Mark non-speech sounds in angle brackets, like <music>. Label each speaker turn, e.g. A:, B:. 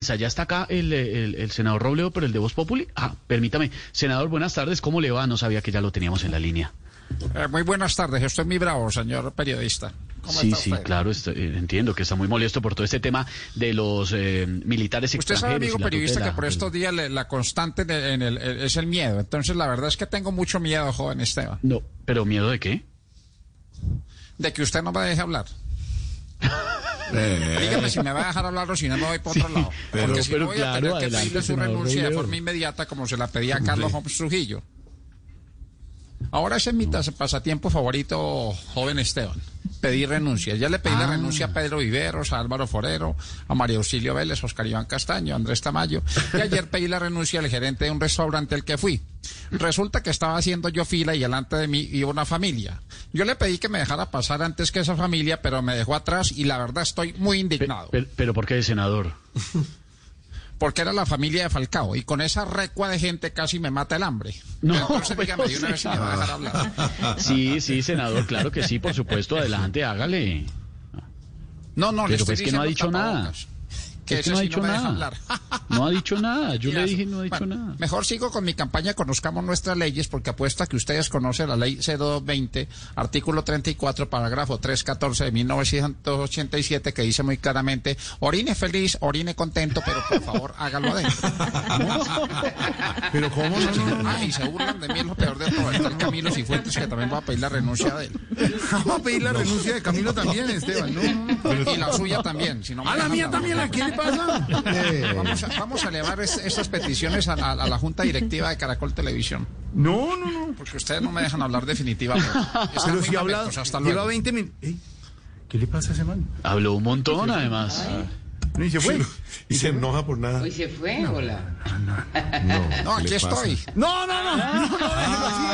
A: sea, ya está acá el, el, el senador Robledo, pero el de Voz Populi. Ah, permítame. Senador, buenas tardes. ¿Cómo le va? No sabía que ya lo teníamos en la línea.
B: Eh, muy buenas tardes. Estoy muy bravo, señor periodista. ¿Cómo
A: Sí,
B: está
A: sí,
B: usted?
A: claro, estoy- eh, entiendo que está muy molesto por todo este tema de los eh, militares
B: Usted
A: extranjeros.
B: sabe, amigo
A: y la
B: periodista,
A: tutela
B: que por
A: del-
B: estos días le- la constante en el- en el- el- es el miedo. Entonces, la verdad es que tengo mucho miedo, joven Esteban,
A: No, pero miedo de qué?
B: de que usted no me deje
A: <laughs>
B: hablar. Dígame si me va a dejar hablar o si no me voy por otro lado.
A: Eh. pero-
B: Porque si
A: pero
B: no voy a
A: claro,
B: tener que
A: adelante,
B: pedirle su
A: senador
B: renuncia de
A: Robledo.
B: forma inmediata como se la pedía a Carlos Holmes Trujillo. Ahora ese es mi tas- pasatiempo favorito, joven Esteban. Pedir renuncias. Ya le pedí la
A: Ah.
B: renuncia a Pedro Viveros, a Álvaro Forero, a María Auxilio Vélez, a Oscar Iván Castaño, a Andrés Tamayo. Y ayer pedí la renuncia al gerente de un restaurante al que fui. Resulta que estaba haciendo yo fila y delante de mí iba una familia. Yo le pedí que me dejara pasar antes que esa familia, pero me dejó atrás y la verdad estoy muy
A: Pe-
B: indignado.
A: pero, pero ¿por qué de
B: <laughs>
A: senador?
B: Porque era la familia de Falcao y con esa recua de gente casi me mata el hambre.
A: No,
B: Entonces dígame
A: pero
B: de una vez si me va a dejar hablar.
A: Sí, sí, senador, claro que sí, por supuesto, adelante, hágale.
B: No, no,
A: Pero
B: le estoy
A: es que no ha
B: diciendo
A: dicho nada.
B: tapabocas. Que
A: Es que
B: ese
A: no ha
B: sí
A: dicho
B: me deja
A: nada.
B: hablar.
A: No ha dicho nada, <laughs>
B: <laughs>
A: yo le dije no ha dicho
B: Bueno,
A: nada.
B: Mejor sigo con mi campaña, conozcamos nuestras leyes, porque apuesto a que ustedes conocen la ley 0220, artículo 34, parágrafo 314 de 1987, que dice muy claramente, orine feliz, orine contento, pero por
A: <laughs>
B: favor hágalo adentro.
C: Pero ¿cómo? No, no,
A: <laughs>
C: no, no.
B: Ah, y se burlan de mí, es lo peor de todo. Está el Camilo Cifuentes, que también va a pedir la renuncia de él.
C: Va a pedir la renuncia de <laughs> Camilo también, Esteban. No, no, no.
B: Y la suya también.
A: Ah,
B: Si no me
C: A la
B: dejan
C: mía
B: hablar.
C: también, ¿a qué le pasa? Eh,
B: Vamos a, vamos a elevar es- estas peticiones a la, a la Junta Directiva de Caracol Televisión.
C: No, no, no.
B: Porque ustedes no me dejan hablar definitivamente. Están
C: Pero
B: muy
C: si habla,
B: lamentos, hasta
C: lleva
B: luego.
C: 20 minutos. ¿Qué le pasa a ese man?
A: Habló un
B: <laughs>
A: montón, además.
C: No, y se fue.
D: Y se enoja por nada.
E: Hoy se fue, hola.
B: No, aquí estoy.
C: Ah. No, no, no.